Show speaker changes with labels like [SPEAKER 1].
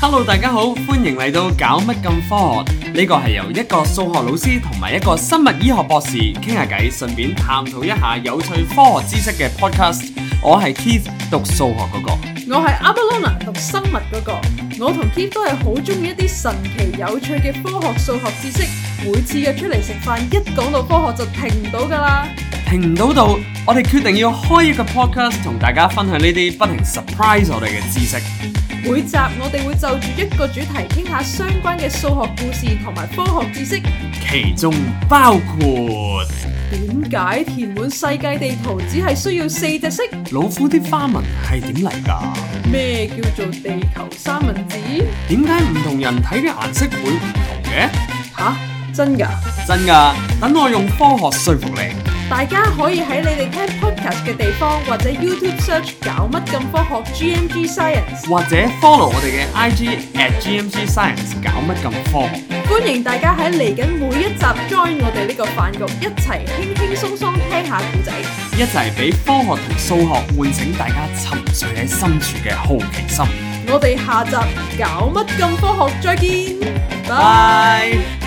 [SPEAKER 1] Hello，大家好，歡迎嚟到搞乜咁科學？呢個係由一個數學老師同埋一個生物醫學博士傾下偈，順便探討一下有趣科學知識嘅 podcast。我係 Keith，讀數學嗰、個。
[SPEAKER 2] 我係 Abalona 讀生物嗰、個，我同 Keith 都係好中意一啲神奇有趣嘅科學數學知識，每次約出嚟食飯，一講到科學就停唔到噶啦。
[SPEAKER 1] 停唔到度，我哋決定要開一個 podcast 同大家分享呢啲不停 surprise 我哋嘅知識。
[SPEAKER 2] 每集我哋會就住一個主題傾下相關嘅數學故事同埋科學知識，
[SPEAKER 1] 其中包括
[SPEAKER 2] 點解填滿世界地圖只係需要四隻色？
[SPEAKER 1] 老虎啲花紋係點嚟㗎？
[SPEAKER 2] 咩叫做地球三文治？
[SPEAKER 1] 點解唔同人體嘅顏色會唔同嘅？
[SPEAKER 2] 吓、真㗎？
[SPEAKER 1] 真㗎，等我用科學說服你。
[SPEAKER 2] 大家可以喺你哋聽 podcast 嘅地方或者 YouTube search 搞乜咁科學 GMG Science。
[SPEAKER 1] 或者 follow 我哋嘅 IG at GMG Science 搞乜咁科學。
[SPEAKER 2] 歡迎大家喺嚟緊每一集 join 我哋呢個飯局，一齊輕輕鬆鬆聽下故仔。
[SPEAKER 1] 一齊俾科學同數學喚醒大家沉睡喺深處嘅好奇心。
[SPEAKER 2] 我哋下集搞乜咁科學，再見，拜。
[SPEAKER 1] 拜。